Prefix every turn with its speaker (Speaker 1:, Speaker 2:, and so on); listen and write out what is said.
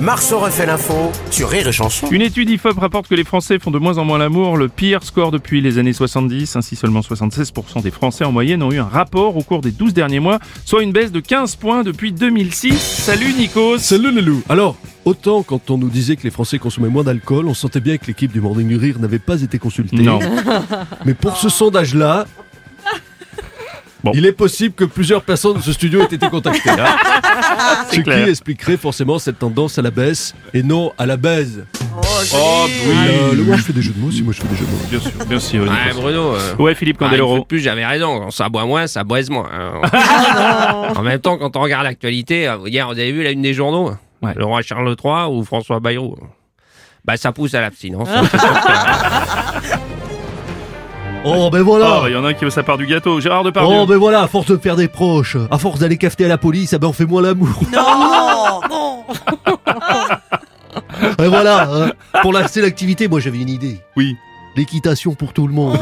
Speaker 1: Marceau refait l'info sur Rire et Chanson.
Speaker 2: Une étude IFOP rapporte que les Français font de moins en moins l'amour, le pire score depuis les années 70. Ainsi, seulement 76% des Français en moyenne ont eu un rapport au cours des 12 derniers mois, soit une baisse de 15 points depuis 2006. Salut Nikos
Speaker 3: Salut les loups Alors, autant quand on nous disait que les Français consommaient moins d'alcool, on sentait bien que l'équipe du Morning du Rire n'avait pas été consultée.
Speaker 2: Non.
Speaker 3: Mais pour ce sondage-là,
Speaker 2: Bon.
Speaker 3: il est possible que plusieurs personnes de ce studio aient été contactées. hein. ce
Speaker 2: Ah. clair.
Speaker 3: qui expliquerait forcément cette tendance à la baisse et non à la baise.
Speaker 2: Oh
Speaker 3: Euh, le- moi je fais des jeux de mots, si moi je fais des jeux de mots.
Speaker 2: Bien sûr, bien sûr.
Speaker 4: Ouais,
Speaker 2: Nikos.
Speaker 4: Bruno. euh,
Speaker 2: Ouais, Philippe
Speaker 4: bah, une fois
Speaker 2: Candeloro.
Speaker 4: de plus, j'avais raison. Quand ça boit moins, ça boise moins. hein. en même temps, quand on regarde l'actualité, euh, hier, vous avez vu la une des journaux
Speaker 2: Ouais.
Speaker 4: Le roi Charles III ou François Bayrou Bah, ça pousse à l'abstinence.
Speaker 3: Oh ben
Speaker 2: Ah,
Speaker 3: voilà
Speaker 2: bah, il y en a un qui veut sa part du gâteau. Gérard Depardieu.
Speaker 3: Oh ben voilà, à force de faire des proches, à force d'aller cafeter à la police, ah ben on fait moins l'amour. Et voilà, hein. pour lancer l'activité, moi j'avais une idée.
Speaker 2: Oui.
Speaker 3: L'équitation pour tout le monde.